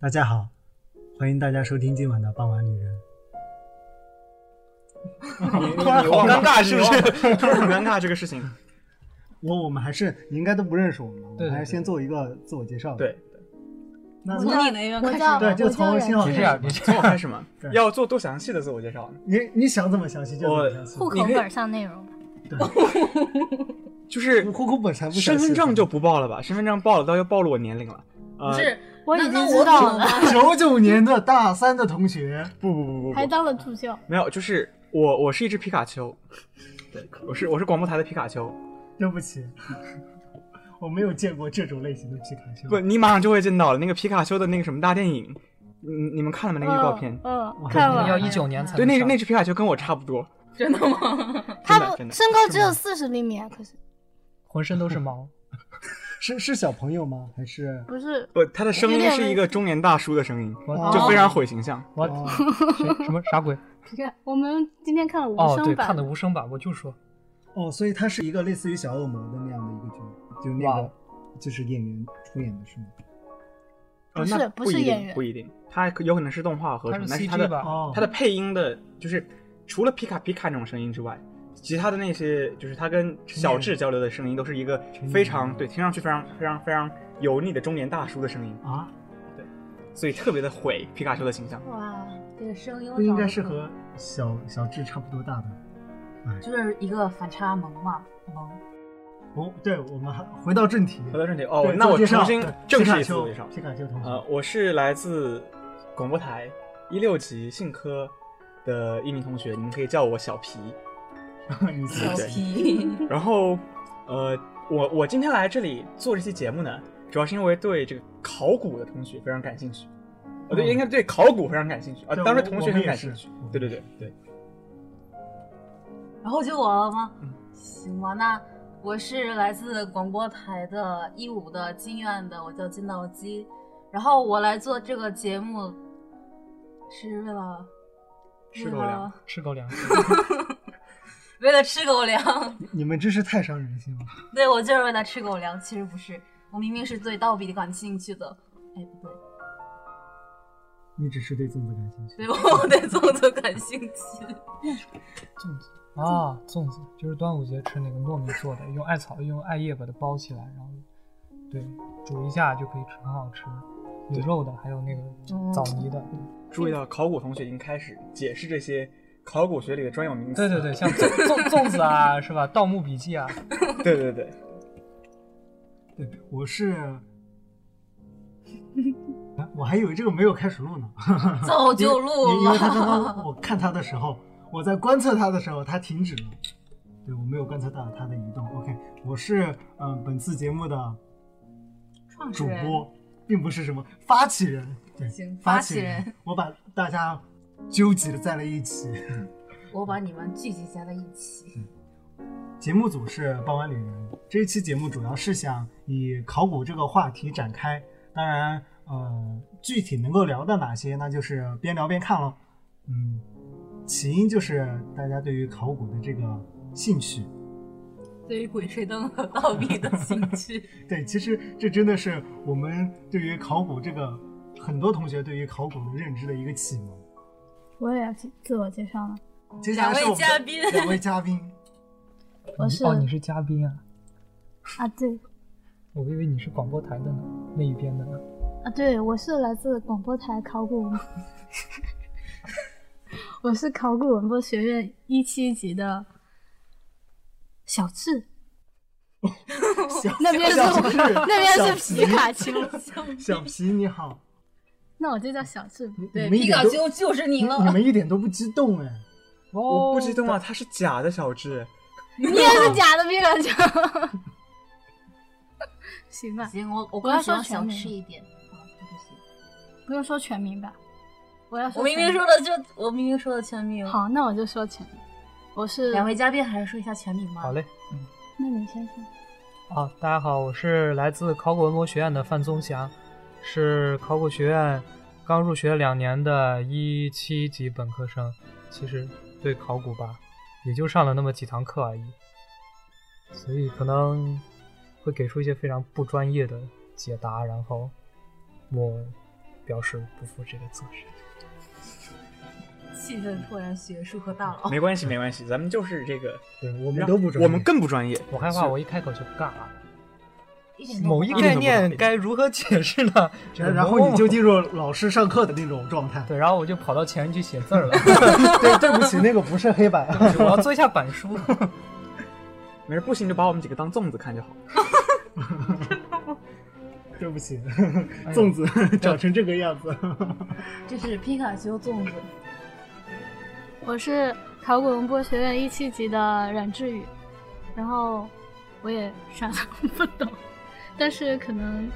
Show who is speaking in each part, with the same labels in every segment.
Speaker 1: 大家好，欢迎大家收听今晚的《傍晚女人》。
Speaker 2: 好尴尬，是不是？ 就是很尴尬这个事情。
Speaker 1: 我我们还是你应该都不认识我们吧？我
Speaker 2: 对
Speaker 1: 们
Speaker 2: 对
Speaker 1: 还是先做一个自我介绍。
Speaker 2: 对，，
Speaker 1: 那
Speaker 3: 从你那边
Speaker 4: 我
Speaker 3: 开始
Speaker 4: 叫
Speaker 1: 对，就
Speaker 4: 我叫
Speaker 1: 从
Speaker 4: 冉
Speaker 1: 新老
Speaker 4: 冉
Speaker 1: 师
Speaker 2: 这样，啊你从我开始嘛
Speaker 1: 对，
Speaker 2: 要做多详细的自我介绍呢？
Speaker 1: 你你想怎么详细就怎么详细
Speaker 4: 户，口本上内容吧。
Speaker 2: 就是
Speaker 1: 户口本才不详
Speaker 2: 身
Speaker 1: 细
Speaker 2: 份证就不报了吧？身份证报了，到又暴露我年龄了。
Speaker 3: 不
Speaker 2: 呃，
Speaker 3: 是，
Speaker 4: 我
Speaker 3: 那
Speaker 4: 已
Speaker 3: 那
Speaker 4: 经
Speaker 3: 我
Speaker 4: 知道了，
Speaker 1: 九九年的大三的同学，
Speaker 2: 不不不不
Speaker 4: 还
Speaker 2: 不，
Speaker 4: 当了助教。
Speaker 2: 没有，就是我我是一只皮卡丘，对，我是我是广播台的皮卡丘。
Speaker 1: 对不起，我没有见过这种类型的皮卡丘。
Speaker 2: 不，你马上就会见到了那个皮卡丘的那个什么大电影，你你们看了吗？那个预告片？
Speaker 4: 嗯，
Speaker 1: 哇
Speaker 4: 嗯，看
Speaker 1: 吧
Speaker 5: 要
Speaker 4: 了。
Speaker 5: 一九年 才
Speaker 2: 对，那
Speaker 5: 能上
Speaker 2: 那只皮卡丘跟我差不多，
Speaker 3: 真的吗？
Speaker 4: 他
Speaker 2: 真的
Speaker 4: 不
Speaker 2: 真的
Speaker 4: 身高只有四十厘米啊，可是
Speaker 5: 浑身都是毛，
Speaker 1: 是是小朋友吗？还是
Speaker 4: 不是
Speaker 2: 不，他的声音是一个中年大叔的声音，
Speaker 5: 我
Speaker 2: 就非
Speaker 1: 啊
Speaker 2: 常毁形象。
Speaker 5: 我
Speaker 1: 哦
Speaker 5: 谁什么啥鬼？
Speaker 4: 皮克？我们今天看了无
Speaker 5: 哦，对，
Speaker 4: 声版，
Speaker 5: 看的无声版，我就说
Speaker 1: 哦，所以他是一个类似于小恶魔的那样的一个角色，就那个
Speaker 5: 哇
Speaker 1: 就是演员出演的是吗？
Speaker 2: 呃
Speaker 4: 不
Speaker 2: 那
Speaker 4: 是
Speaker 2: 不
Speaker 4: 不是
Speaker 2: 一定
Speaker 4: 演员
Speaker 2: 不一定，它有可能是动画合
Speaker 5: 它
Speaker 2: 成
Speaker 5: 是，
Speaker 2: 但是它的
Speaker 5: CG 吧？
Speaker 1: 哦
Speaker 2: 它的配音的，就是除了皮卡皮卡那种声音之外，其他的那些就是他跟小智交流的声音，都是一个非常对，听上去非常非常非常油腻的中年大叔的声音，
Speaker 1: 啊，
Speaker 2: 所以特别的毁皮卡丘的形象。
Speaker 4: 哇，
Speaker 3: 这个声优
Speaker 1: 不应该是和小小智差不多大的。
Speaker 3: 就是一个反差萌嘛，萌。
Speaker 1: 哦，对，我们还回到正题。
Speaker 2: 回到正题，哦
Speaker 1: 对，
Speaker 2: 那
Speaker 1: 自我
Speaker 2: 我
Speaker 1: 介绍
Speaker 2: 重新
Speaker 1: 对
Speaker 2: 正
Speaker 1: 皮
Speaker 2: 式
Speaker 1: 卡
Speaker 2: 一次自我介
Speaker 1: 丘
Speaker 2: 绍，
Speaker 1: 皮卡丘同学。
Speaker 2: 呃，我是来自广播台一六级信科的一名同学，你们可以叫我小皮。呃
Speaker 1: 你是
Speaker 3: 小
Speaker 2: 对
Speaker 3: 皮，
Speaker 2: 然后，呃，我我今天来这里做这期节目呢，主要是因为对这个考古的同学非常感兴趣。我对、
Speaker 1: 嗯
Speaker 2: 应该对考古非常感兴趣啊，
Speaker 1: 对
Speaker 2: 当时
Speaker 1: 我
Speaker 2: 同
Speaker 1: 我
Speaker 2: 学
Speaker 1: 们
Speaker 2: 很
Speaker 1: 也
Speaker 2: 感
Speaker 1: 是
Speaker 2: 兴趣
Speaker 1: 我们。
Speaker 2: 对对对对，
Speaker 3: 然后就我了吗
Speaker 2: 嗯？
Speaker 3: 行吧，那我是来自广播台的一五的金院的，我叫金道基。然后我来做这个节目，是为了
Speaker 2: 吃
Speaker 3: 为
Speaker 2: 狗粮
Speaker 3: 了
Speaker 5: 吃狗粮，
Speaker 3: 为了吃狗粮。
Speaker 1: 你们真是太伤人心了。
Speaker 3: 对我就是为了吃狗粮，其实不是，我明明是对倒比感兴趣的。哎，不对，
Speaker 1: 你只是对粽子感兴趣。
Speaker 3: 对我对粽子感兴趣。
Speaker 5: 粽子 啊，粽子就是端午节吃那个糯米做的，用艾草用艾叶把它包起来，然后对煮一下就可以吃，很好吃，有肉的，还有那个
Speaker 4: 哦
Speaker 5: 枣泥的，
Speaker 2: 注意到考古同学已经开始解释这些考古学里的专有名词
Speaker 5: 对
Speaker 2: 了。
Speaker 5: 对对，像粽粽粽子啊，是吧？《盗墓笔记》啊，
Speaker 2: 对对对，
Speaker 1: 对，我 是。啊我还以为这个没有开始录呢。
Speaker 3: 早就录
Speaker 1: 因为因为他刚
Speaker 3: 了，
Speaker 1: 刚我看他的时候，我在观测他的时候，他停止了。对我没有观测到他的移动。OK，我是嗯、呃本次节目的
Speaker 3: 创始
Speaker 1: 主
Speaker 3: 人
Speaker 1: 播，并不是什么发起人。对，
Speaker 3: 行
Speaker 1: 发
Speaker 3: 发起人
Speaker 1: 人，我把大家纠集了在了一起。
Speaker 3: 我把你们聚集在了一起。
Speaker 1: 节目组是傍晚旅人，这一期节目主要是想以考古这个话题展开，当然，呃，具体能够聊到哪些，那就是边聊边看喽。嗯，起因就是大家对于考古的这个兴趣，
Speaker 3: 对于鬼吹灯和倒比的兴 趣，
Speaker 1: 对，其实这真的是我们对于考古这个很多同学对于考古的认知的一个启蒙。
Speaker 4: 我也要自自我介绍了。
Speaker 1: 接下来是我们的
Speaker 3: 两
Speaker 1: 两位
Speaker 3: 位嘉宾
Speaker 1: 嘉宾，
Speaker 4: 我是
Speaker 5: 哦，你是嘉宾啊，
Speaker 4: 啊，对
Speaker 5: 我以为你是广播台的呢，那一边的呢。
Speaker 4: 啊，对，我是来自广播台考古， 我是考古文博学院一七级的小智，
Speaker 1: 小
Speaker 4: 那边是
Speaker 1: 小智
Speaker 4: 那边是皮卡丘，
Speaker 1: 小皮你好，
Speaker 4: 那我就叫小智。
Speaker 1: 你
Speaker 3: 对，
Speaker 1: 你们一
Speaker 3: 皮
Speaker 1: 点
Speaker 3: 卡
Speaker 1: 都
Speaker 3: 丘就是你
Speaker 1: 你
Speaker 3: 了。
Speaker 1: 你们一点都不激动哎。
Speaker 2: 我
Speaker 5: 哦
Speaker 2: 不激动啊，他是假的小智。
Speaker 4: 你也是假的皮卡丘。 行 吧，
Speaker 3: 嗯行，我我
Speaker 4: 我要
Speaker 3: 更喜
Speaker 4: 说
Speaker 3: 欢小
Speaker 4: 全名
Speaker 3: 吃一点啊，对不起，
Speaker 4: 不用说全名吧？我要说
Speaker 3: 我明明
Speaker 4: 全名
Speaker 3: 说的就我明明说的全名。，
Speaker 4: 好，那我就说全名。我是
Speaker 3: 两位嘉宾还是说一下全名吧。
Speaker 5: 好嘞。
Speaker 4: 那你先说。
Speaker 5: 啊，大家好，我是来自考古文博学院的范宗祥，是考古学院刚入学两年的一七级本科生。其实对考古吧，也就上了那么几堂课而已，所以可能会给出一些非常不专业的解答。然后我表示不负这个责任。
Speaker 3: 气氛突然学术和大佬。
Speaker 2: 没关系，没关系，咱们就是这个，
Speaker 1: 对我们都不专业，
Speaker 2: 我们更不专业。
Speaker 5: 我害怕我一开口就尬了。
Speaker 3: 一点都不
Speaker 5: 某一
Speaker 3: 尬
Speaker 5: 概念该如何解释呢？这个
Speaker 1: 呃然然后
Speaker 5: 懵
Speaker 1: 你就进入老师上课的那种状态。
Speaker 5: 对，然后我就跑到前面去写字儿了。
Speaker 1: 对，对不起，那个不是黑板。
Speaker 5: 我要做一下板书。
Speaker 2: 没事，不行就把我们几个当粽子看就好。
Speaker 1: 对不起，粽子 长成这个样子。
Speaker 3: 这是皮卡丘粽子，
Speaker 4: 我是考古文博学院一七级的冉志宇，然后我也啥都不懂，但是可能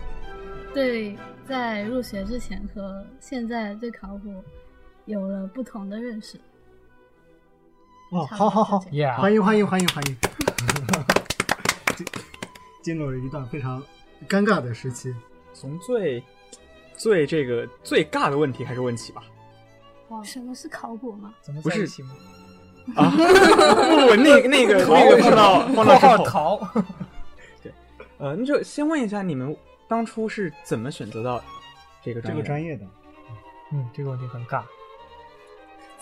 Speaker 4: 对在入学之前和现在对考古有了不同的认识。
Speaker 1: 哦，
Speaker 4: 差不
Speaker 1: 好
Speaker 4: 多
Speaker 1: 好好
Speaker 4: 就，这
Speaker 5: 样 Yeah
Speaker 1: 欢迎欢迎欢迎欢迎。 进进入了一段非常尴尬的时期。
Speaker 2: 从最最这个最尬的问题开始问起吧。
Speaker 4: 样什么是考古吗？
Speaker 5: 怎么
Speaker 2: 不
Speaker 5: 在
Speaker 2: 是
Speaker 5: 一起吗？
Speaker 2: 啊，不， 那个那个那个放到放到之
Speaker 5: 括号
Speaker 2: 后。
Speaker 5: 逃。
Speaker 2: 呃，那就先问一下你们当初是怎么选择到这个
Speaker 1: 这个
Speaker 2: 专业的？
Speaker 1: 专业的，
Speaker 5: 嗯，这个问题很尬。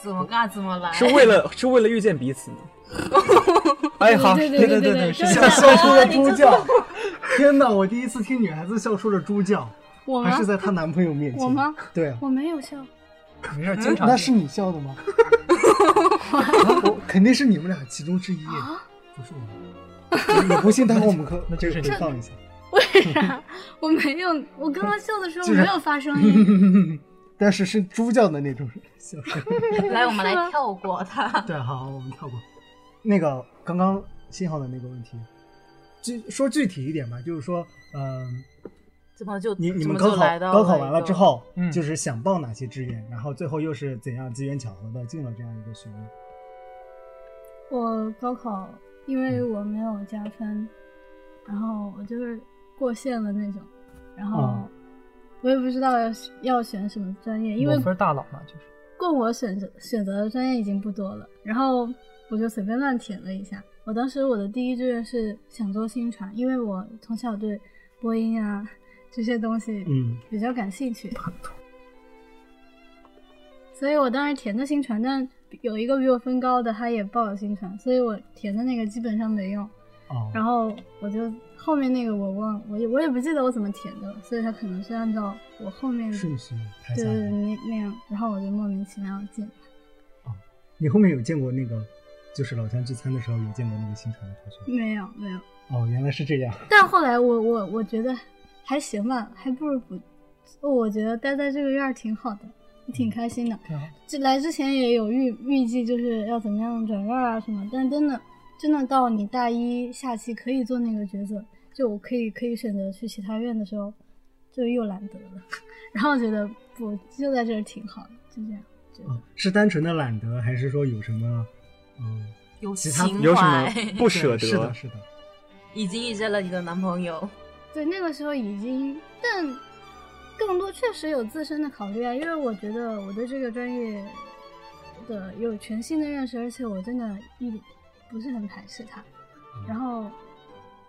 Speaker 3: 怎么尬怎么来。
Speaker 2: 是为了是为了遇见彼此呢？
Speaker 5: 哎，好，
Speaker 4: 对
Speaker 5: 对
Speaker 4: 对
Speaker 5: 对
Speaker 4: 对对
Speaker 5: 对，
Speaker 4: 对
Speaker 5: 是
Speaker 4: 就是
Speaker 5: 这样
Speaker 1: 笑出了猪叫。天哪！我第一次听女孩子笑出了猪叫，
Speaker 4: 我
Speaker 1: 还
Speaker 4: 吗
Speaker 1: 是？在她男朋友面前。
Speaker 4: 我吗？
Speaker 1: 对啊。
Speaker 4: 我没有笑，
Speaker 5: 没事，经常
Speaker 1: 那是你笑的吗？ 我肯定是你们俩其中之一，
Speaker 3: 啊
Speaker 1: 不是我。我不信，待会我们 可
Speaker 5: 那就是
Speaker 1: 可以放一下。
Speaker 4: 为啥？我没有，我刚刚笑的时候
Speaker 1: 就是
Speaker 4: 没有发声音。
Speaker 3: 嗯
Speaker 1: 但是是猪叫的那种笑声。
Speaker 3: 来，我们来跳过它。
Speaker 1: 对，好，我们跳过。那个刚刚信号的那个问题，具说具体一点吧，就是说，嗯、
Speaker 3: 怎么就
Speaker 1: 你你们
Speaker 3: 怎么
Speaker 1: 高
Speaker 3: 就
Speaker 1: 考
Speaker 3: 来到
Speaker 1: 高考完
Speaker 3: 一
Speaker 1: 了
Speaker 3: 个
Speaker 1: 之，后，
Speaker 5: 嗯
Speaker 1: 就是想报哪些志愿，然后最后又是怎样机缘巧合的进了这样一个学院？
Speaker 4: 我高考，因为
Speaker 5: 嗯
Speaker 4: 我没有加分，然后我就是过线了那种，然后
Speaker 5: 啊
Speaker 1: 哦
Speaker 4: 我也不知道要要选什么专业，因为
Speaker 5: 我分大佬嘛，就是
Speaker 4: 供我选择选择的专业已经不多了，然后我就随便乱填了一下。我当时我的第一志愿是想做新传，因为我从小对播音啊这些东西
Speaker 1: 嗯，
Speaker 4: 比较感兴趣，所以我当时填的新传，但有一个比我分高的，他也报了新传，所以我填的那个基本上没用。
Speaker 1: 哦，
Speaker 4: 然后我就后面那个我忘，我也我也不记得我怎么填的了，所以他可能是按照我后面
Speaker 1: 顺序排
Speaker 4: 对
Speaker 1: 下
Speaker 4: 对对
Speaker 1: 来。
Speaker 4: 那那样，然后我就莫名其妙进了。
Speaker 1: 你后面有见过那个，就是老乡聚餐的时候有见过那个新传的同学？
Speaker 4: 没有没有，
Speaker 1: 哦，原来是这样。
Speaker 4: 但后来我我我觉得还行吧，还不如不，我觉得待在这个院儿挺好的，挺开心的。
Speaker 5: 嗯挺好。
Speaker 4: 这来之前也有预预计，就是要怎么样转院啊什么，但真的真的到你大一下期可以做那个抉择，就我可以可以选择去其他院的时候，就又懒得了， 然后觉得不就在这儿挺好的，就这样。就
Speaker 1: 哦是单纯的懒得，还是说有什么？嗯，
Speaker 3: 有
Speaker 1: 其他
Speaker 3: 情
Speaker 2: 有什么
Speaker 3: 怀，
Speaker 2: 不舍得？
Speaker 1: 对是的，是的。
Speaker 3: 已经遇见了你的男朋友，
Speaker 4: 对，那个时候已经，但更多确实有自身的考虑啊，因为我觉得我对这个专业的有全新的认识，而且我真的一点不是很排斥它。然后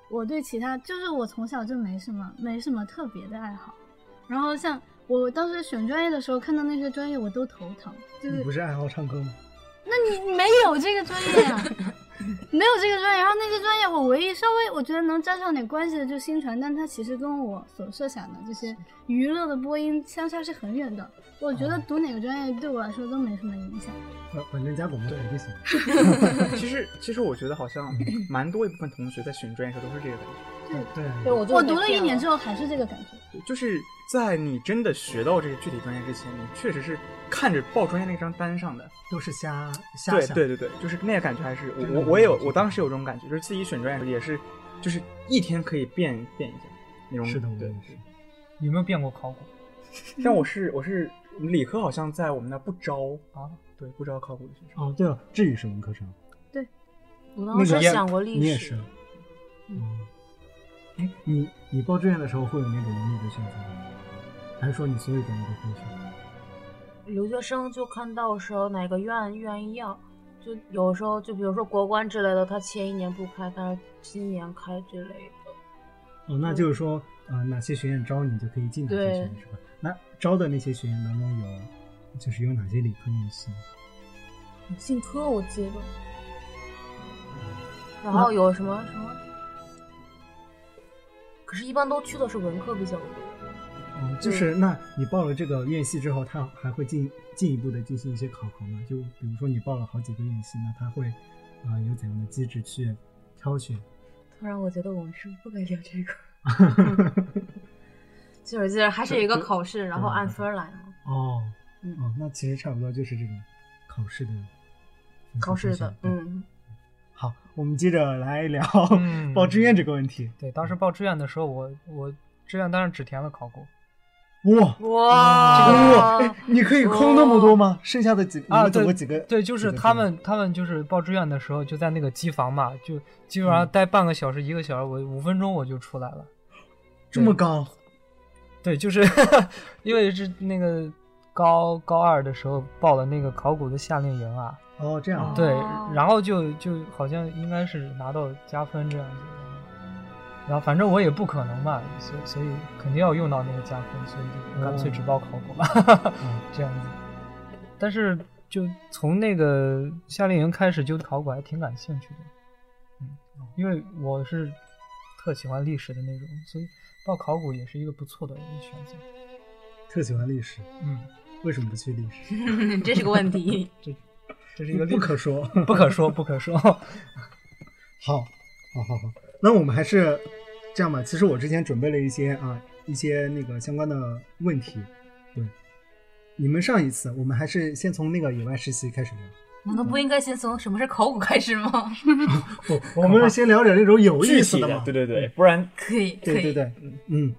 Speaker 4: 我对其他，就是我从小就没什么没什么特别的爱好。然后像我当时选专业的时候，看到那些专业我都头疼，就
Speaker 1: 你
Speaker 4: 是
Speaker 1: 不是爱好唱歌吗？
Speaker 4: 那你没有这个专业啊，没有这个专业。然后那些专业，我唯一稍微我觉得能沾上点关系的就是新传，但它其实跟我所设想的这些娱乐的播音相差是很远的。我觉得读哪个专业对我来说都没什么影响。
Speaker 1: 反反呃正加广播台就行。
Speaker 2: 其实其实我觉得好像蛮多一部分同学在选专业的时候都是这个感觉，
Speaker 1: 对，
Speaker 3: 对我
Speaker 4: 我读了一年之后还是这个感觉。
Speaker 2: 对就是在你真的学到这个具体专业之前，你确实是看着报专业那张单上的，
Speaker 1: 都是瞎瞎
Speaker 2: 对
Speaker 1: 想。
Speaker 2: 对对对，就是那个感觉还是我
Speaker 1: 真的
Speaker 2: 我
Speaker 1: 很
Speaker 2: 我也有
Speaker 1: 明显
Speaker 2: 我当时有这种感觉，就是自己选专业的时候也是，就是一天可以变变一下那种，
Speaker 1: 是的，我
Speaker 2: 对
Speaker 1: 也。是。
Speaker 5: 有没有变过考古
Speaker 2: 但
Speaker 4: 嗯
Speaker 2: 我是我是理科好像在我们那不招，
Speaker 5: 啊？
Speaker 2: 对不招考古的学生，
Speaker 1: 哦，对了，志宇是文科生，那
Speaker 3: 我当
Speaker 1: 个
Speaker 3: 时
Speaker 1: 也
Speaker 3: 想过历史，
Speaker 1: 你也是。嗯。哎，你你报志愿的时候会有那种文理的选择吗？还是说你所有专业都可以选？
Speaker 3: 留学生就看到时候哪个院愿意要，就有时候就比如说国关之类的，他前一年不开，但是今年开之类的。
Speaker 1: 哦，那就是说，呃，哪些学院招你就可以进哪些学院
Speaker 3: 嗯对
Speaker 1: 是吧？那招的那些学院当中有，就是有哪些理科院系？
Speaker 3: 信科我记得，然后有什么什么，可是，一般都去的是文科比较多。
Speaker 1: 嗯，就是那你报了这个院系之后，他还会进进一步的进行一些考核吗？就比如说你报了好几个院系，那他会啊、呃有怎样的机制去挑选？
Speaker 3: 突然我觉得我们是不是不该聊这个， 就是就是还是有一个考试，然后按分儿来嘛。
Speaker 1: 哦，
Speaker 3: 嗯
Speaker 1: 哦，那其实差不多就是这种考试的分数
Speaker 3: 考试
Speaker 1: 筛选
Speaker 3: 的，。嗯，
Speaker 1: 好，我们接着来聊
Speaker 5: 嗯
Speaker 1: 报志愿这个问题。
Speaker 5: 对，当时报志愿的时候，我我志愿当然只填了考古
Speaker 1: 哇，
Speaker 3: 哇，
Speaker 1: 这个哎你可以空那么多吗？剩下的几你
Speaker 5: 啊，
Speaker 1: 们总
Speaker 5: 对
Speaker 1: 共几个？
Speaker 5: 对，就是
Speaker 1: 几个
Speaker 5: 他
Speaker 1: 志愿
Speaker 5: 们他们就是报志愿的时候就在那个机房嘛，就基本上
Speaker 1: 嗯
Speaker 5: 待半个小时一个小时，我五分钟我就出来了。
Speaker 1: 这么高，
Speaker 5: 对，就是因为是那个高高二的时候报了那个考古的夏令营啊，
Speaker 1: 哦，这样啊
Speaker 5: 对
Speaker 3: 哦，
Speaker 5: 然后就就好像应该是拿到加分这样子的，然后反正我也不可能嘛，所所以肯定要用到那个加分，所以就干
Speaker 1: 哦
Speaker 5: 脆只报考古 吧，
Speaker 1: 嗯
Speaker 5: 这样子。但是就从那个夏令营开始，就对考古还挺感兴趣的，嗯，
Speaker 1: 哦
Speaker 5: 因为我是特喜欢历史的那种，所以报考古也是一个不错的选择。
Speaker 1: 特喜欢历史，
Speaker 5: 嗯，
Speaker 1: 为什么不去历史？
Speaker 3: 这是个问题。
Speaker 5: 这是一个历
Speaker 1: 不可说。
Speaker 5: 不可说不可说。
Speaker 1: 好，好好好，那我们还是这样吧。其实我之前准备了一些啊，一些那个相关的问题。对，你们上一次，我们还是先从那个野外实习开始聊。
Speaker 3: 难道不应该先从什么是考古开始吗？
Speaker 1: 不，我们先聊点那种有意
Speaker 2: 具
Speaker 1: 思
Speaker 2: 体
Speaker 1: 嘛。
Speaker 2: 对对对，不然
Speaker 3: 可以，可
Speaker 1: 对对
Speaker 3: 以，
Speaker 1: 对，嗯，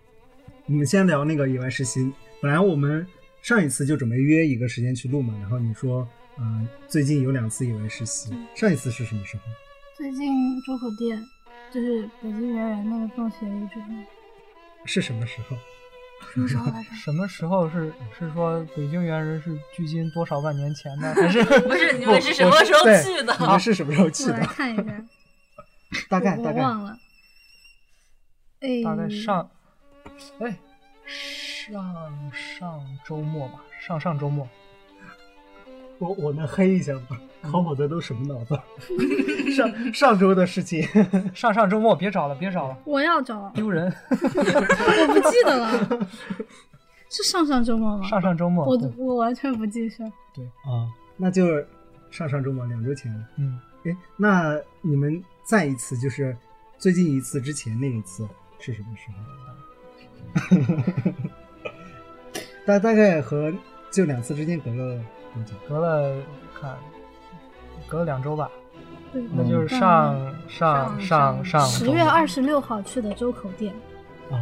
Speaker 1: 我们先聊那个野外实习。本来我们上一次就准备约一个时间去录嘛，然后你说，嗯、最近有两次野外实习，
Speaker 3: 嗯
Speaker 1: 上一次是什么时候？
Speaker 4: 最近周口店就是北京猿人那个洞穴遗址，
Speaker 1: 是什么时候？
Speaker 4: 什么时候来着？
Speaker 5: 什么时候是是说北京猿人是距今多少万年前 呢？还是
Speaker 4: 嗯
Speaker 3: 不是你们是什么时候
Speaker 1: 对
Speaker 3: 去
Speaker 1: 你们
Speaker 3: 的？
Speaker 1: 是什么时候去
Speaker 4: 我来
Speaker 1: 的？
Speaker 4: 看一下，
Speaker 1: 大概
Speaker 4: 我
Speaker 1: 大
Speaker 4: 我
Speaker 1: 概
Speaker 4: 忘了。哎，
Speaker 5: 大概上，哎，上上周末吧，上上周末。
Speaker 1: 我我能黑一下吗？考我的都什么脑子？ 上上周的事情，
Speaker 5: 上上周末，别找了，别找了，
Speaker 4: 我要找，
Speaker 5: 丢人。
Speaker 4: 我不记得了，是上上周末 吗？
Speaker 5: 上上周末，
Speaker 4: 嗯我
Speaker 5: 对
Speaker 4: 我完全不记事儿。
Speaker 1: 啊，那就是上上周末，两周前了。
Speaker 5: 嗯，
Speaker 1: 哎，那你们再一次就是最近一次之前那一次是什么时候？ 大大概和就两次之间隔了多久？
Speaker 5: 隔了看，隔了两周吧，
Speaker 4: 对，
Speaker 5: 那就是上
Speaker 4: 嗯
Speaker 5: 上上
Speaker 3: 上
Speaker 5: 上
Speaker 4: 十
Speaker 5: 周
Speaker 4: 月
Speaker 5: 末
Speaker 4: 二十六号去的周口店，
Speaker 1: 哦，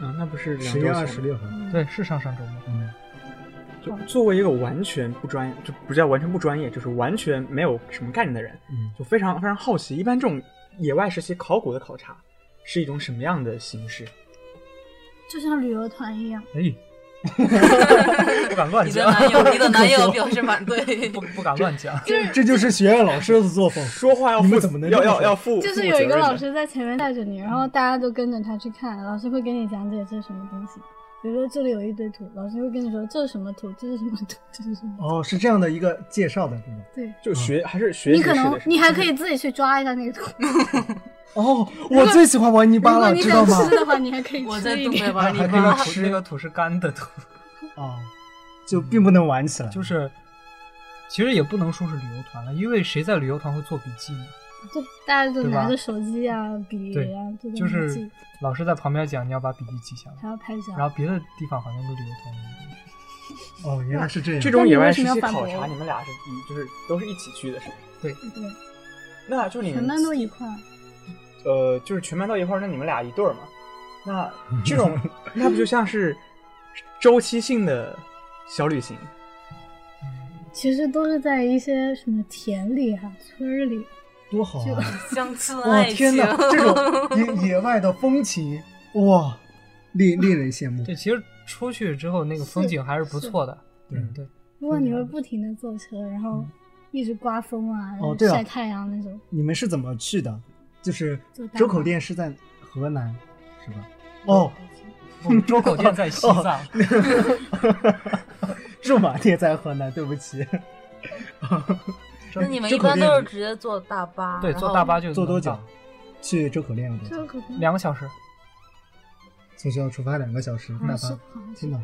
Speaker 2: 啊，那不是两
Speaker 1: 十月
Speaker 2: 周
Speaker 1: 二
Speaker 2: 前
Speaker 1: 十六号。
Speaker 5: 对，是上上周末。
Speaker 1: 嗯，
Speaker 2: 就
Speaker 4: 嗯
Speaker 2: 作为一个完全不专业，就不叫完全不专业，就是完全没有什么概念的人，
Speaker 1: 嗯
Speaker 2: 就非常非常好奇，一般这种野外实习考古的考察是一种什么样的形式？
Speaker 4: 就像旅游团一样。
Speaker 5: 哎，不敢乱
Speaker 3: 你的
Speaker 5: 讲，
Speaker 3: 男友，你的男友表示反对。
Speaker 5: 不不敢乱讲。
Speaker 1: 这这就是学院老师的作风。
Speaker 2: 说话要
Speaker 1: 你
Speaker 2: 负
Speaker 1: 们怎么能
Speaker 2: 要
Speaker 1: 这么
Speaker 2: 要
Speaker 1: 说
Speaker 2: 要负
Speaker 4: 就
Speaker 2: 负
Speaker 4: 是有一
Speaker 2: 责
Speaker 4: 个
Speaker 2: 任
Speaker 4: 老
Speaker 2: 的
Speaker 4: 师在前面带着你，然后大家都跟着他去看，老师会给你讲解这是什么东西。比如说这里有一堆土，老师会跟你说这是什么土，这是什么土，这是什么 土。
Speaker 1: 哦，是这样的一个介绍的，对吧？
Speaker 4: 对，
Speaker 2: 就学还是学
Speaker 4: 你
Speaker 2: 习式
Speaker 4: 可能
Speaker 2: 的是
Speaker 4: 你
Speaker 2: 吧
Speaker 4: 还可以自己去抓一下那个土，
Speaker 1: 哦，我最喜欢玩泥
Speaker 4: 如
Speaker 1: 巴
Speaker 4: 果
Speaker 1: 了，
Speaker 4: 你
Speaker 1: 知道
Speaker 4: 想
Speaker 1: 吗？啊
Speaker 4: 吃的话，你还可以
Speaker 3: 我在
Speaker 4: 吃一
Speaker 3: 东北
Speaker 4: 点。
Speaker 3: 玩泥
Speaker 1: 还可以
Speaker 5: 那
Speaker 1: 让
Speaker 5: 个
Speaker 3: 巴，
Speaker 5: 土那个土是干的土。
Speaker 1: 啊，就并不能玩起来。
Speaker 5: 就是其实也不能说是旅游团了，因为谁在旅游团会做笔记呢？
Speaker 4: 对，大家都
Speaker 5: 对吧
Speaker 4: 拿着手机啊、笔
Speaker 5: 对
Speaker 4: 啊，都在
Speaker 5: 就
Speaker 4: 那
Speaker 5: 是
Speaker 4: 记
Speaker 5: 老师在旁边讲，你要把笔记记下
Speaker 4: 还
Speaker 5: 来。
Speaker 4: 要拍照。
Speaker 5: 然后别的地方好像跟旅游团没关系
Speaker 1: 哦，原来是这样。
Speaker 2: 这
Speaker 4: 那
Speaker 2: 种
Speaker 4: 你
Speaker 2: 野
Speaker 4: 为
Speaker 2: 外实
Speaker 4: 什么要
Speaker 2: 习
Speaker 4: 反
Speaker 2: 考
Speaker 4: 驳
Speaker 2: 察，
Speaker 4: 我
Speaker 2: 你们俩是一就是都是一起去的是吗？
Speaker 4: 对，
Speaker 2: 那就你
Speaker 4: 全
Speaker 2: 们
Speaker 4: 班都一块儿。
Speaker 2: 呃，就是全班到一块儿，那你们俩一对儿嘛？那这种那不就像是周期性的小旅行？
Speaker 4: 其实都是在一些什么田里啊、村儿里，
Speaker 1: 多好啊！
Speaker 3: 乡村
Speaker 1: 哇，
Speaker 3: 爱
Speaker 1: 天
Speaker 3: 情。
Speaker 1: 哪，这 种野野外的风情，哇，令令人羡慕。
Speaker 5: 对，其实出去之后那个风景还是不错的。
Speaker 1: 是
Speaker 5: 嗯，对，
Speaker 4: 如果你会不停的坐车，然后一直刮风啊，
Speaker 1: 哦对啊
Speaker 4: 晒太阳那种，
Speaker 1: 你们是怎么去的？就是
Speaker 4: 坐大巴
Speaker 1: 周口店是在河南，是是吧？ 哦，
Speaker 5: 我们周口店在西藏，
Speaker 4: 哦
Speaker 1: 驻马店在河南，对不起，
Speaker 3: 那你们
Speaker 1: 周
Speaker 3: 一
Speaker 1: 口
Speaker 3: 般
Speaker 1: 店
Speaker 3: 都是直接坐大巴？
Speaker 5: 对，
Speaker 3: 然
Speaker 5: 坐
Speaker 3: 后
Speaker 5: 大巴就
Speaker 1: 坐多
Speaker 5: 能
Speaker 1: 久
Speaker 5: 到？
Speaker 1: 去周口店有多
Speaker 4: 这
Speaker 1: 久？
Speaker 4: 可能
Speaker 5: 两个小时。
Speaker 1: 从学校出发两个小时，
Speaker 4: 好
Speaker 1: 大
Speaker 4: 嗯像是
Speaker 1: 巴
Speaker 4: 好，像是
Speaker 1: 天哪，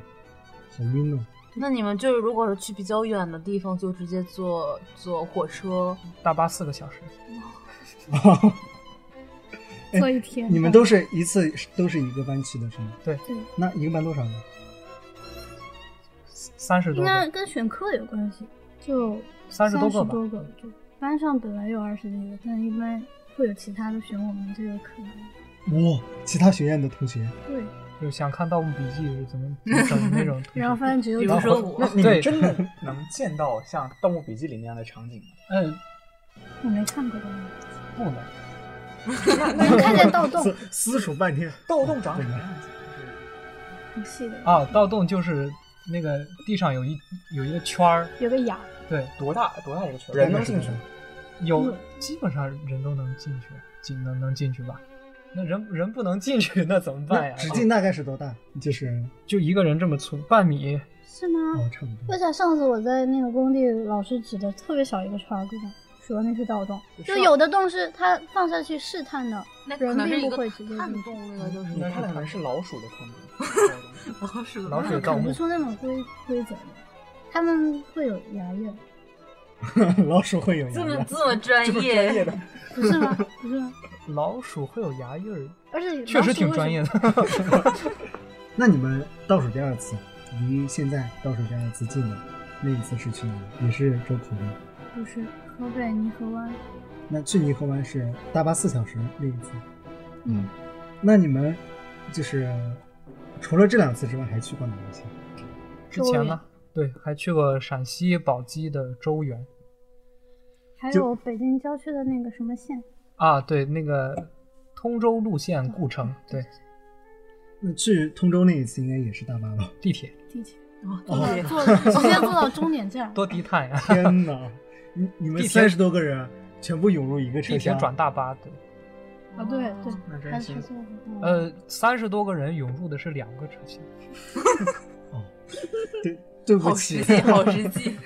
Speaker 1: 好晕哦！
Speaker 3: 那你们就是如果是去比较远的地方，就直接坐坐火车。
Speaker 5: 大巴四个小时，
Speaker 1: 哎
Speaker 4: 坐一天。
Speaker 1: 你们都是一次都是一个班去的是吗？
Speaker 5: 对
Speaker 4: 对
Speaker 1: 那一个班多少人？
Speaker 5: 三十
Speaker 4: 应
Speaker 5: 多
Speaker 4: 该
Speaker 5: 个，
Speaker 4: 跟选课有关系，就
Speaker 5: 三十
Speaker 4: 十
Speaker 5: 多个吧
Speaker 4: 多个就班上本来有二十几个，但一般会有其他的选我们这个课。
Speaker 1: 哇，其他学院的同学，
Speaker 4: 对，
Speaker 5: 就想看《盗墓笔记》是怎 么怎么整的那种
Speaker 4: 然后 发现只有
Speaker 3: 比如说我
Speaker 2: 那，你
Speaker 5: 哦对
Speaker 2: 们真 的能见到像《盗墓笔记》里那样的场景吗？
Speaker 5: 嗯，
Speaker 4: 我没看过的，
Speaker 5: 不能。
Speaker 4: 我看见盗洞
Speaker 1: 思思数半天，
Speaker 2: 盗洞长什么样子？就是
Speaker 4: 很细的，
Speaker 5: 啊，盗洞就是那个地上有一有一个圈儿，
Speaker 4: 有个眼儿，
Speaker 5: 对，
Speaker 2: 多大多大一个圈？人能进去吗？
Speaker 5: 有
Speaker 4: 嗯
Speaker 5: 基本上人都能进去，进能能进去吧？那人人不能进去，那怎么办呀？
Speaker 1: 直径大概是多大？就是
Speaker 5: 就一个人这么粗，半米，
Speaker 4: 是吗？
Speaker 1: 哦，差不多
Speaker 4: 为。啥上次我在那个工地，老师指的特别小一个圈儿，对吧？说那是盗洞，就有的洞是它放下去试探的，
Speaker 3: 那可
Speaker 4: 人
Speaker 3: 能是
Speaker 4: 并
Speaker 3: 一
Speaker 4: 不
Speaker 3: 个
Speaker 4: 会直接
Speaker 3: 探
Speaker 4: 进去，
Speaker 3: 洞，那个就是
Speaker 2: 你看的可能是老鼠的坑， 盗
Speaker 3: 老鼠的
Speaker 5: 老鼠
Speaker 3: 那
Speaker 5: 有
Speaker 3: 个
Speaker 5: 盗
Speaker 4: 搞
Speaker 5: 墓
Speaker 4: 不出那种规规则的，他们会有牙印，
Speaker 1: 老鼠会有
Speaker 3: 这
Speaker 1: 牙
Speaker 3: 么
Speaker 1: 的，
Speaker 3: 这么专
Speaker 2: 洞专业
Speaker 3: 业，
Speaker 2: 的。
Speaker 4: 不是吗？不是吗？
Speaker 5: 老鼠会有牙印儿，
Speaker 4: 而且
Speaker 5: 确实挺专业
Speaker 4: 的。
Speaker 5: 的。
Speaker 1: 那你们倒数第二次，离现在倒数第二次近了，那一次是去哪里？也是周口吗？
Speaker 4: 不是河北泥河湾，
Speaker 1: 那去尼河湾是大巴四小时那一次。
Speaker 4: 嗯，
Speaker 1: 那你们就是除了这两次之外，还去过哪一些？
Speaker 5: 之前呢，对，还去过陕西宝鸡的周原
Speaker 4: 还
Speaker 1: 就
Speaker 4: 有北京郊区的那个什么县，
Speaker 5: 啊，对，那个通州路线故城，对，
Speaker 1: 那去通州那一次应该也是大巴 吧？
Speaker 5: 地铁
Speaker 4: 地铁，
Speaker 3: 哦对
Speaker 4: 坐直接 坐到终点站，
Speaker 5: 多低啊碳呀、
Speaker 1: 天哪，你你们
Speaker 5: 地铁
Speaker 1: 三十多个人全部涌入一个车
Speaker 5: 地铁
Speaker 1: 厢，
Speaker 5: 转大巴，对，
Speaker 4: 啊，对对，
Speaker 5: 嗯
Speaker 2: 那真
Speaker 4: 还
Speaker 2: 是
Speaker 4: 是坐嗯的。
Speaker 5: 呃，三十多个人涌入的是两个车厢。
Speaker 1: 对对不
Speaker 3: 好
Speaker 1: 起
Speaker 3: 实，际，好实际。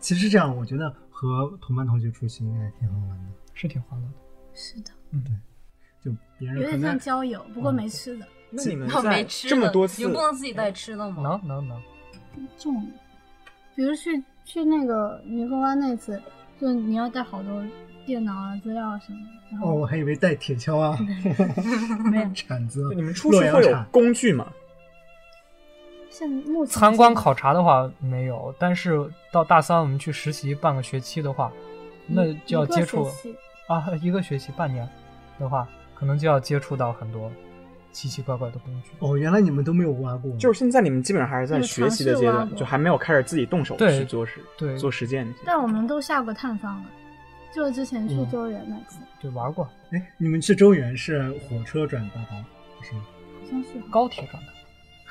Speaker 1: 其实这样我觉得和同班同学出去应该还挺好玩的，
Speaker 5: 是挺欢乐的。
Speaker 4: 是的，
Speaker 1: 就别
Speaker 4: 有
Speaker 1: 人可
Speaker 4: 点像
Speaker 1: 能
Speaker 4: 郊游，不过
Speaker 5: 嗯
Speaker 4: 没吃的，
Speaker 2: 那你 们
Speaker 4: 哦
Speaker 3: 然后
Speaker 2: 嗯在
Speaker 3: 没吃的，
Speaker 2: 这么多次
Speaker 3: 你们不能自己带吃的吗？
Speaker 5: 能能能，
Speaker 4: 重了。比如去去那个泥河湾那次，就你要带好多电脑啊、资料啊什么的，然
Speaker 1: 哦，
Speaker 4: 后
Speaker 1: 我还以为带铁锹啊、
Speaker 4: 嗯没有。
Speaker 1: 铲子、
Speaker 2: 你们出
Speaker 1: 洛
Speaker 2: 去
Speaker 1: 阳
Speaker 2: 会有
Speaker 1: 铲，
Speaker 2: 工具吗？
Speaker 4: 现目前
Speaker 5: 参观考察的话没有，但是到大三我们去实习半个学期的话，那就要接
Speaker 4: 嗯一
Speaker 5: 触
Speaker 4: 个学期
Speaker 5: 啊一个学期半年的话，可能就要接触到很多奇奇怪怪的工具。
Speaker 1: 哦，原来你们都没有挖过，
Speaker 2: 就是现在你们基本上还是在学习的阶
Speaker 4: 有尝试挖
Speaker 2: 段，
Speaker 4: 过
Speaker 2: 就还没有开始自己动手
Speaker 5: 对
Speaker 2: 去做实
Speaker 5: 对
Speaker 2: 做实践那些。
Speaker 4: 但我们都下过探访了，就之前
Speaker 5: 嗯
Speaker 4: 去周原那次，
Speaker 5: 对，玩过
Speaker 1: 哎，你们去周原是火车转大巴，是 吗？
Speaker 4: 好像是
Speaker 5: 高铁转的，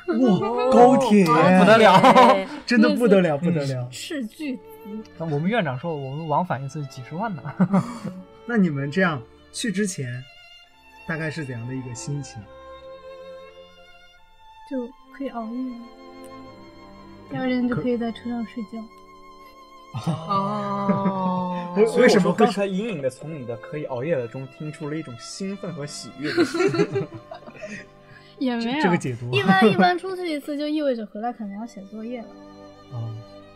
Speaker 1: 哇，高铁
Speaker 2: 哦
Speaker 5: 不得了
Speaker 3: 对
Speaker 1: 真的不得了，不得了！
Speaker 2: 嗯
Speaker 4: 斥巨资。
Speaker 5: 那我们院长说我们往返一次几十万呢。
Speaker 1: 那你们这样去之前，大概是怎样的一个心情？，
Speaker 4: 就可以熬夜，第二天就可以在车上睡觉。
Speaker 3: 哦
Speaker 2: 所以
Speaker 1: 为
Speaker 2: 我
Speaker 1: 什么
Speaker 2: 说
Speaker 1: 会
Speaker 2: 刚才隐隐的从你的可以熬夜的中听出了一种兴奋和喜悦？
Speaker 4: 也
Speaker 1: 这
Speaker 4: 没有
Speaker 1: 这个解读啊
Speaker 4: 一般一 般出去一次就意味着回来可能要写作业了。
Speaker 1: 哦，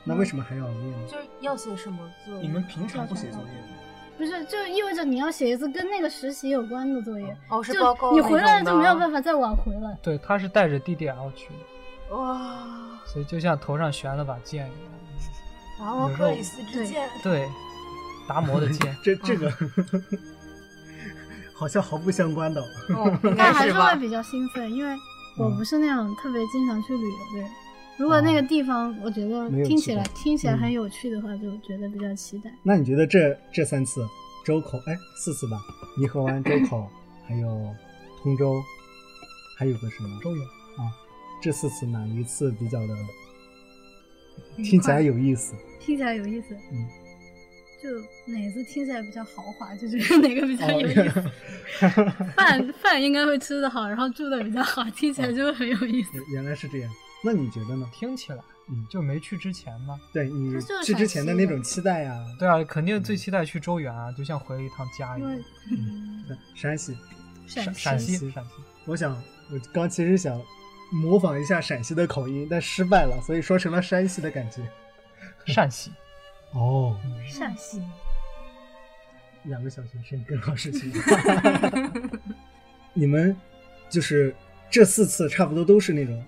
Speaker 1: 那为什么还要熬夜呢？。
Speaker 3: 就是要写什么作业？
Speaker 2: 你们平常不写作业吗？
Speaker 4: 不是，就意味着你要写一次跟那个实习有关的作业，
Speaker 3: 哦是报告
Speaker 4: 就你回来就没有
Speaker 3: 法
Speaker 4: 办法再往回了。
Speaker 5: 对，他是带着 DDL 去的，
Speaker 3: 哇，
Speaker 5: 所以就像头上悬了把剑一样，
Speaker 3: 然后克里斯之剑，
Speaker 5: 对，达摩的剑
Speaker 1: 这这 个好像毫不相关的哦。
Speaker 3: 哦应
Speaker 4: 但
Speaker 3: 该
Speaker 4: 还
Speaker 3: 是
Speaker 4: 是
Speaker 3: 吧
Speaker 4: 会？比较兴奋，因为
Speaker 1: 嗯
Speaker 4: 我不是那种特别经常去旅游的人。如果那个地方我觉得
Speaker 1: 啊没有
Speaker 4: 听
Speaker 1: 去
Speaker 4: 起来
Speaker 1: 过
Speaker 4: 听起来
Speaker 1: 嗯
Speaker 4: 很有趣的话，就觉得比较期待。
Speaker 1: 那你觉得这这三次周口哎四次吧，颐和湾、周 口，还有通州，还有个什么啊
Speaker 5: 周远，
Speaker 1: 这四次哪一次比较的听起来有意思？
Speaker 4: 听起来有意思。
Speaker 1: 嗯，
Speaker 4: 就哪次听起来比较豪华，就觉得哪个比
Speaker 1: 哦
Speaker 4: 较 有意 思。饭饭应该会吃的好，然后住的比较好，听
Speaker 1: 哦
Speaker 4: 起来就会很有意思。
Speaker 1: 原原来是这样，那你觉得呢？
Speaker 5: 听起来
Speaker 1: 嗯
Speaker 5: 就没去之前嘛。
Speaker 1: 对你
Speaker 4: 它就是
Speaker 1: 去之前的那种
Speaker 4: 陕
Speaker 1: 期待啊，
Speaker 5: 对啊，肯定最期待去周原啊，就像回了一趟家
Speaker 1: 哦
Speaker 5: 一
Speaker 4: 因为嗯
Speaker 5: 样。
Speaker 1: 对山西，
Speaker 5: 陕
Speaker 4: 陕
Speaker 5: 陕
Speaker 4: 西
Speaker 5: 西，陕西，
Speaker 1: 我想我刚其实想模仿一下陕西的口音，但失败了，所以说成了山西的感觉。
Speaker 5: 陕西，
Speaker 1: 哦，
Speaker 4: 陕西，
Speaker 1: 两个小学生跟老师去。 你们就是这四次差不多都是那种，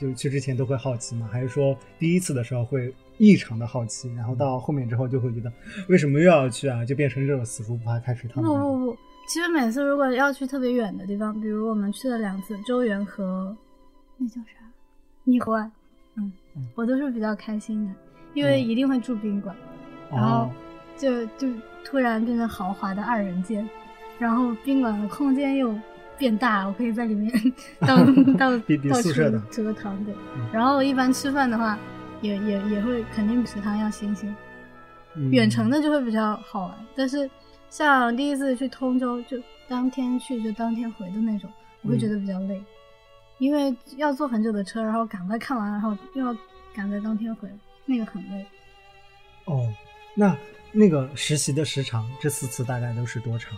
Speaker 1: 就是去之前都会好奇吗？还是说第一次的时候会异常的好奇，然后到后面之后就会觉得为什么又要去啊？就变成这种死猪不怕开水烫
Speaker 4: 不
Speaker 1: 的那
Speaker 4: 不
Speaker 1: 种。
Speaker 4: 不，其实每次如果要去特别远的地方，比如我们去了两次周原和那叫啥泥湖湾，嗯
Speaker 5: 嗯，
Speaker 4: 我都是比较开心的，因为
Speaker 1: 嗯
Speaker 4: 一定会住宾馆，然后
Speaker 1: 哦，
Speaker 4: 就就突然变成豪华的二人间，然后宾馆的空间又变大，我可以在里面 到到
Speaker 1: 比比
Speaker 4: 到
Speaker 1: 宿
Speaker 4: 处
Speaker 1: 舍的
Speaker 4: 煮个汤对
Speaker 1: 嗯。
Speaker 4: 然后一般吃饭的话，也也也会肯定比食堂要新鲜。
Speaker 1: 嗯
Speaker 4: 远程的就会比较好玩，但是像第一次去通州，就当天去就当天回的那种，我会觉得比较累，因为要坐很久的车，然后赶快看完，然后又要赶在当天回，那个很累。
Speaker 1: 哦，那那个实习的时长，这四次大概都是多长？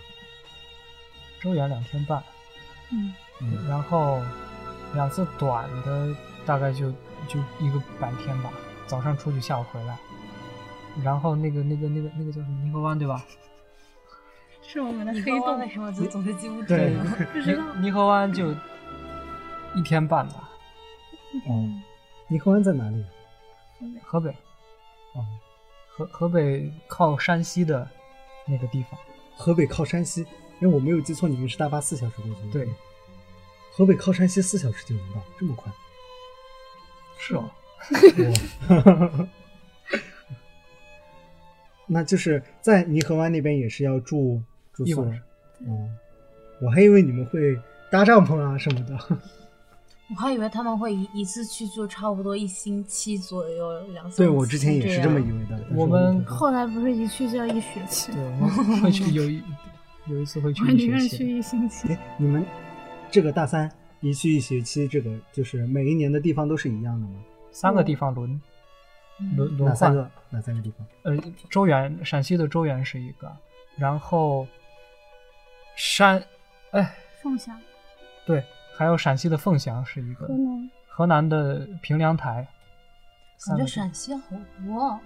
Speaker 5: 周原两天半，
Speaker 4: 嗯，
Speaker 1: 嗯，
Speaker 5: 然后两次短的大概就就一个白天吧，早上出去，下午回来。然后那个那个那个那个叫什么泥河湾对吧？
Speaker 4: 是我们的
Speaker 3: 你
Speaker 4: 黑
Speaker 3: 黑洞
Speaker 4: 洞
Speaker 3: 为，什么就总是记不住
Speaker 1: 对
Speaker 3: 呢？
Speaker 4: 不知道
Speaker 5: 泥泥河湾就一天半吧，
Speaker 1: 哦，
Speaker 4: 嗯
Speaker 1: 尼克湾在哪里？啊
Speaker 5: 河北
Speaker 1: 哦，
Speaker 5: 河河北靠山西的那个地方，
Speaker 1: 河北靠山西，因为我没有记错，你们是大巴四小时过去的。
Speaker 5: 对，
Speaker 1: 河北靠山西四小时就能到，这么快？
Speaker 5: 是哦，
Speaker 1: 那就是在泥河湾那边也是要住住
Speaker 5: 一
Speaker 1: 宿
Speaker 5: 晚
Speaker 1: 了。哦，我还以为你们会搭帐篷啊什么 的。
Speaker 3: 我还以为他们会一一次去就差不多一星期左右，两三
Speaker 1: 对
Speaker 3: 次
Speaker 1: 我之前也是这
Speaker 3: 样
Speaker 1: 么以为的。但是
Speaker 5: 我
Speaker 1: 们
Speaker 5: 们
Speaker 1: 不知道
Speaker 4: 后来不是一去就要一学期
Speaker 5: 哦对，，我们会去有一有一次会去
Speaker 4: 我
Speaker 5: 一
Speaker 4: 宁愿
Speaker 5: 学
Speaker 4: 去
Speaker 5: 期，
Speaker 4: 一星期。
Speaker 1: 你们这个大三一去一学期，这个就是每一年的地方都是一样的吗？
Speaker 5: 三个地方轮
Speaker 4: 嗯
Speaker 5: 轮
Speaker 1: 哪
Speaker 5: 轮
Speaker 1: 三
Speaker 5: 换，
Speaker 1: 个？哪三个地方？
Speaker 5: 呃，周原，陕西的周原是一个，然后山，哎，
Speaker 4: 凤翔、
Speaker 5: 对，还有陕西的凤翔是一个
Speaker 4: 河，南，
Speaker 5: 河南的平凉台，三
Speaker 3: 感
Speaker 5: 个
Speaker 3: 觉
Speaker 5: 地方
Speaker 3: 陕西好多啊，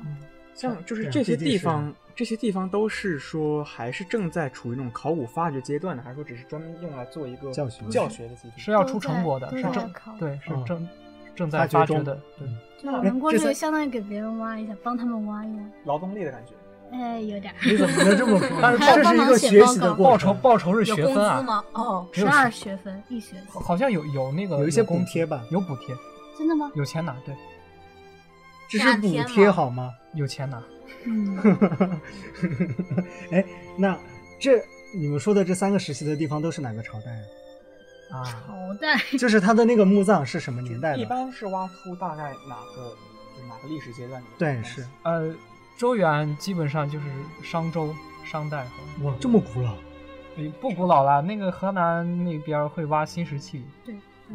Speaker 2: 像就是
Speaker 1: 对
Speaker 5: 啊
Speaker 2: 这些
Speaker 1: 毕竟
Speaker 2: 地
Speaker 1: 是
Speaker 2: 方，这些地方都是说还是正在处于那种考古发掘阶段的，还是说只是专门用来做一个
Speaker 1: 教学
Speaker 2: 教学的基地？
Speaker 5: 是要出成果的，
Speaker 4: 都
Speaker 5: 是
Speaker 4: 在
Speaker 5: 正
Speaker 4: 考
Speaker 5: 对，是
Speaker 1: 嗯
Speaker 5: 正正
Speaker 1: 发
Speaker 5: 在
Speaker 1: 掘
Speaker 5: 发掘
Speaker 1: 中嗯
Speaker 5: 的，对，
Speaker 4: 就我
Speaker 5: 哎
Speaker 4: 们过
Speaker 1: 这
Speaker 4: 去
Speaker 1: 三
Speaker 4: 相当于给别人挖一下，帮他们挖一挖。
Speaker 2: 劳动力的感觉。
Speaker 4: 哎，有点儿。
Speaker 1: 你怎么能这么说？
Speaker 5: 但是
Speaker 4: 还要
Speaker 1: 这是
Speaker 4: 帮
Speaker 1: 一
Speaker 4: 忙
Speaker 1: 个
Speaker 4: 写
Speaker 1: 学
Speaker 4: 报
Speaker 1: 习的
Speaker 4: 告
Speaker 1: 过
Speaker 5: 报
Speaker 1: 程
Speaker 5: 酬，报酬是
Speaker 3: 有
Speaker 5: 学
Speaker 3: 工
Speaker 5: 分
Speaker 3: 资
Speaker 5: 啊，
Speaker 3: 吗？哦，
Speaker 5: 没有
Speaker 4: 十二
Speaker 5: 学
Speaker 4: 学分一学期，
Speaker 5: 好像有有那个
Speaker 1: 有一些
Speaker 5: 工
Speaker 1: 补
Speaker 5: 资
Speaker 1: 贴吧
Speaker 5: 有补贴，
Speaker 4: 真的吗？
Speaker 5: 有钱拿，对，
Speaker 1: 这是补贴好吗？
Speaker 5: 有钱拿，
Speaker 4: 嗯，
Speaker 1: 哎，那这你们说的这三个实习的地方都是哪个朝代啊？
Speaker 5: 啊，
Speaker 4: 好代。
Speaker 1: 就是他的那个墓葬是什么年代
Speaker 2: 一
Speaker 1: 的？
Speaker 2: 般是挖出大概哪个就是哪个历史阶段的？
Speaker 1: 对， 是
Speaker 5: 呃，周原基本上就是商周、商代和
Speaker 1: 哇，这么古老。
Speaker 5: 哎不古老了，那个河南那边会挖新石器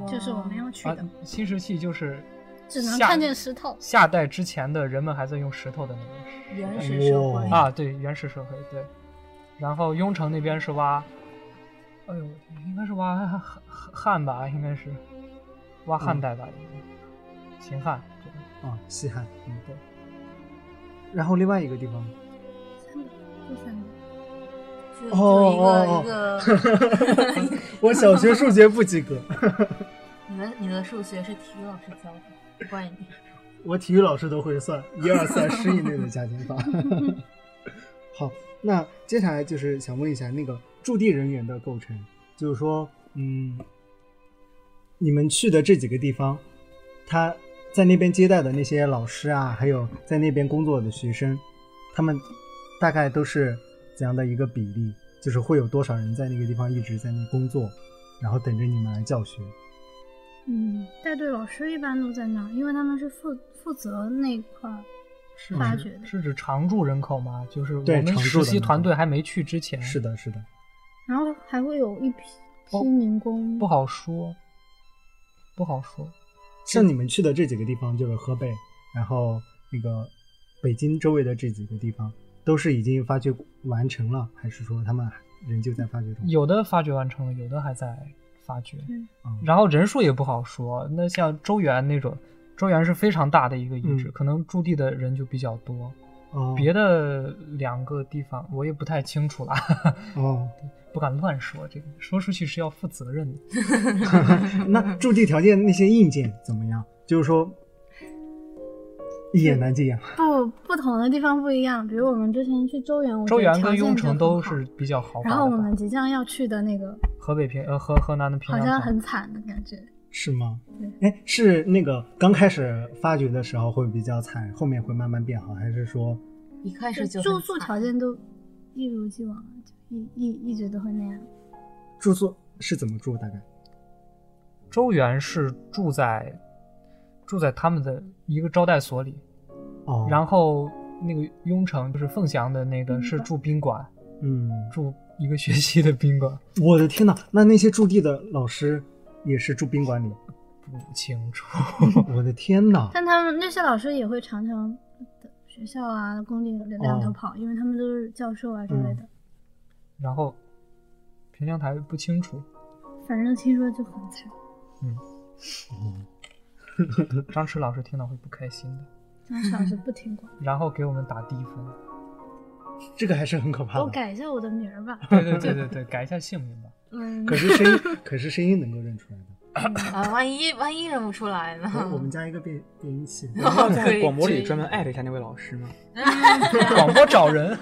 Speaker 4: 就是我们要去
Speaker 5: 啊
Speaker 4: 的，，
Speaker 5: 新石器就是
Speaker 4: 只能
Speaker 5: 夏
Speaker 4: 看见石头。
Speaker 5: 夏代之前的人们还在用石头的那个石
Speaker 3: 原始社会
Speaker 1: 哇
Speaker 5: 啊，对，原始社会对。然后雍城那边是挖，哎呦，我天，应该是挖汉汉汉吧，应该是挖
Speaker 1: 嗯
Speaker 5: 汉代吧，应该秦汉这个，
Speaker 1: 啊，西汉。
Speaker 5: 嗯，对，
Speaker 1: 然后另外一个地方，
Speaker 4: 三个，就三个。
Speaker 3: 就就一个
Speaker 1: 哦
Speaker 3: 一
Speaker 1: 哦
Speaker 3: 个，
Speaker 1: 哦，我小学数学不及格，
Speaker 3: 你的你的数学是体育老师教的，不怪你。
Speaker 1: 我体育老师都会算一二三十以内的加减法。 好，那接下来就是想问一下那个驻地人员的构成，就是说，嗯，你们去的这几个地方，他在那边接待的那些老师啊，还有在那边工作的学生，他们大概都是怎样的一个比例？就是会有多少人在那个地方一直在那工作，然后等着你们来教学？
Speaker 4: 嗯，带队老师一般都在那儿，因为他们是负负责那块儿
Speaker 5: 是
Speaker 4: 发
Speaker 5: 指
Speaker 4: 掘的
Speaker 5: 是指常住人口吗？就是我
Speaker 1: 对
Speaker 5: 们
Speaker 1: 常住
Speaker 5: 实
Speaker 1: 的
Speaker 5: 习
Speaker 1: 人口
Speaker 5: 团队还没去之前，
Speaker 1: 是的，是的，
Speaker 4: 然后还会有一批
Speaker 5: 不
Speaker 4: 批民工，
Speaker 5: 哦不好说，不好说。嗯
Speaker 1: 像你们去的这几个地方，就是河北，然后那个北京周围的这几个地方，都是已经发掘完成了，还是说他们仍旧在发掘中？
Speaker 5: 有的发掘完成了，有的还在发掘，
Speaker 1: 嗯
Speaker 5: 然后人数也不好说。那像周原那种，周原是非常大的一个遗址，
Speaker 1: 嗯
Speaker 5: 可能驻地的人就比较多。
Speaker 1: 哦，
Speaker 5: 别的两个地方我也不太清楚啦，
Speaker 1: 哦，
Speaker 5: 不敢乱说，这个说出去是要负责任的。
Speaker 1: 那驻地条件那些硬件怎么样？就是说一言难尽啊。
Speaker 4: 不哦不同的地方不一样。比如我们之前去周原，我觉
Speaker 5: 周
Speaker 4: 得
Speaker 5: 原
Speaker 4: 条
Speaker 5: 跟
Speaker 4: 件
Speaker 5: 雍
Speaker 4: 就
Speaker 5: 城
Speaker 4: 很
Speaker 5: 都
Speaker 4: 好
Speaker 5: 是比较豪华
Speaker 4: 然后我
Speaker 5: 的吧
Speaker 4: 们？即将要去的那个，
Speaker 5: 河北平呃河河南的平
Speaker 4: 好
Speaker 5: 凉
Speaker 4: 像
Speaker 5: 坊
Speaker 4: 很惨的感觉。
Speaker 1: 是吗？
Speaker 4: 对
Speaker 1: 哎，是那个刚开始发掘的时候会比较惨，后面会慢慢变好，还是说
Speaker 3: 一开
Speaker 4: 就
Speaker 3: 始就
Speaker 4: 住
Speaker 3: 很
Speaker 4: 宿
Speaker 3: 惨
Speaker 4: 条件都一如既往，就一一一直都会那样。
Speaker 1: 住宿是怎么住？大概
Speaker 5: 周原是住在住在他们的一个招待所里，
Speaker 1: 哦，
Speaker 5: 然后那个雍城就是凤翔的那个
Speaker 4: 宾
Speaker 5: 是
Speaker 4: 馆
Speaker 5: 住宾馆，
Speaker 1: 嗯，
Speaker 5: 住一个学期的宾馆，
Speaker 1: 我的天呐，那那些驻地的老师也是住宾馆里，
Speaker 5: 不清楚。
Speaker 1: 我的天呐，
Speaker 4: 但他们那些老师也会常常学校啊、工地两
Speaker 5: 哦
Speaker 4: 头跑，因为他们都是教授啊
Speaker 5: 嗯
Speaker 4: 之类的。
Speaker 5: 然后平凉台不清楚，
Speaker 4: 反正听说就很惨。
Speaker 5: 张弛老师听到会不开心的，
Speaker 4: 当时老师不听 管，
Speaker 5: 然后给我们打低分。
Speaker 1: 这个还是很可怕
Speaker 4: 我
Speaker 1: 的。
Speaker 4: 改一下我的名儿 吧。
Speaker 5: 对对对对对，改一下姓名吧。
Speaker 4: 嗯，
Speaker 1: 可是声音，可是声音能够认出来的。
Speaker 3: 啊，万一万一认不出来呢？
Speaker 1: 我我们家一个变变音器，
Speaker 2: 你要
Speaker 3: 可
Speaker 2: 在
Speaker 3: 以
Speaker 2: 广播
Speaker 3: 这
Speaker 2: 里
Speaker 3: 样
Speaker 2: 专门艾特一下那位老师吗？
Speaker 5: 广播找人。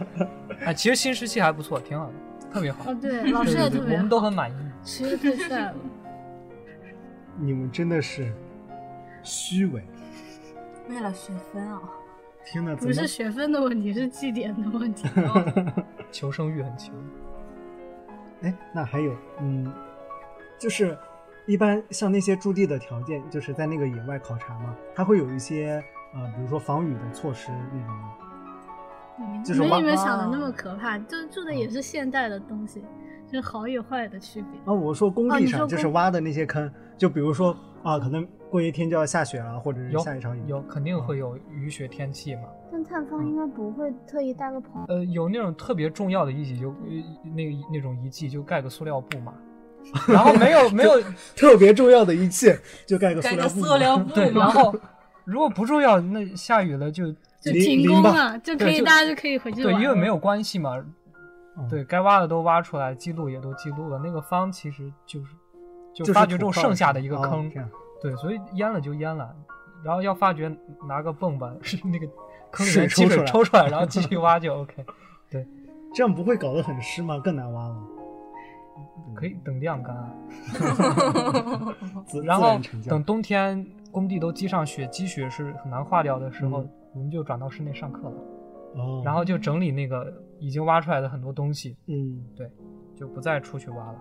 Speaker 5: 哎，其实新时期还不错，挺好的，特别好
Speaker 4: 哦。对，老师也
Speaker 5: 对对
Speaker 4: 特
Speaker 5: 对
Speaker 4: 别
Speaker 5: 我们
Speaker 4: 好，
Speaker 5: 都很满意。
Speaker 4: 谁也最 帅了。
Speaker 1: 你们真的是虚伪！
Speaker 3: 为了学分啊，
Speaker 1: 天呐，怎
Speaker 4: 不
Speaker 1: 么
Speaker 4: 是学分的问题，是绩点的 问题。哦
Speaker 5: 求生欲很强。
Speaker 1: 哎，那还有，嗯，就是一般像那些驻地的条件，就是在那个野外考察嘛，它会有一些呃，比如说防雨的措施那种吗。就是
Speaker 4: 没
Speaker 1: 挖
Speaker 4: 你们想的那么可怕，就住的也
Speaker 5: 嗯
Speaker 4: 是现代的东西，就是好与坏的区别。
Speaker 1: 啊，我说工
Speaker 4: 哦
Speaker 1: 地
Speaker 4: 你
Speaker 1: 上
Speaker 4: 说
Speaker 1: 就是
Speaker 4: 工
Speaker 1: 挖的那些坑，就比如说啊，可能过一天就要下雪了，或者是
Speaker 5: 有
Speaker 1: 下一场雨。
Speaker 5: 有肯定会有雨雪天气嘛。
Speaker 4: 但探方应该不会特意搭个棚，
Speaker 5: 呃，有那种特别重要的遗迹就呃那个那种遗迹就盖个塑料布嘛。然后没有没有
Speaker 1: 特别重要的一切，就盖个塑
Speaker 3: 盖
Speaker 1: 料
Speaker 3: 个
Speaker 1: 布。
Speaker 3: 塑料布
Speaker 5: 对，然
Speaker 3: 嘛，
Speaker 5: 后如果不重要，那下雨了就
Speaker 4: 就
Speaker 1: 淋
Speaker 4: 停
Speaker 1: 淋
Speaker 4: 工
Speaker 1: 吧
Speaker 4: 了，就可
Speaker 5: 对
Speaker 4: 以
Speaker 5: 就
Speaker 4: 大家就可以回去
Speaker 5: 对
Speaker 4: 玩，了。
Speaker 5: 因为没有关系嘛。
Speaker 1: 嗯
Speaker 5: 对该挖的都挖出来，记录也都记录了。那个方其实就是
Speaker 1: 就
Speaker 5: 就
Speaker 1: 是
Speaker 5: 发掘中
Speaker 1: 土
Speaker 5: 剩下
Speaker 1: 放
Speaker 5: 的一个
Speaker 1: 哦
Speaker 5: 坑，
Speaker 1: 这样
Speaker 5: 对，所以淹了就淹了，然后要发掘拿个泵把 是那个坑里
Speaker 1: 水
Speaker 5: 面
Speaker 1: 抽
Speaker 5: 积
Speaker 1: 出
Speaker 5: 水
Speaker 1: 来
Speaker 5: 抽出来，然后继续挖就 OK。
Speaker 1: 这样不会搞得很湿吗？更难挖了。
Speaker 5: 可以等晾干啊，
Speaker 1: 自
Speaker 5: 然
Speaker 1: 自
Speaker 5: 后
Speaker 1: 成
Speaker 5: 等
Speaker 1: 像。
Speaker 5: 冬天工地都积上雪，积雪是很难化掉的时候
Speaker 1: 嗯，
Speaker 5: 我们就转到室内上课了，
Speaker 1: 哦，
Speaker 5: 然后就整理那个已经挖出来的很多东西，
Speaker 1: 嗯，
Speaker 5: 就不再出去挖了。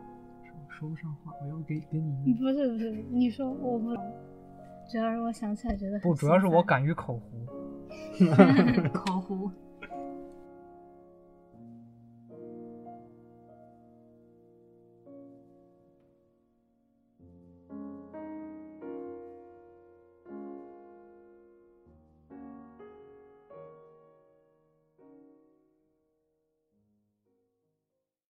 Speaker 5: 说不上话，我要给给
Speaker 4: 嗯，
Speaker 5: 你。
Speaker 4: 不是不是，你说我不，主要是我想起来觉得很
Speaker 5: 嗯不，主要是
Speaker 4: 心
Speaker 5: 我
Speaker 4: 塞
Speaker 5: 敢于口胡，
Speaker 3: 口胡，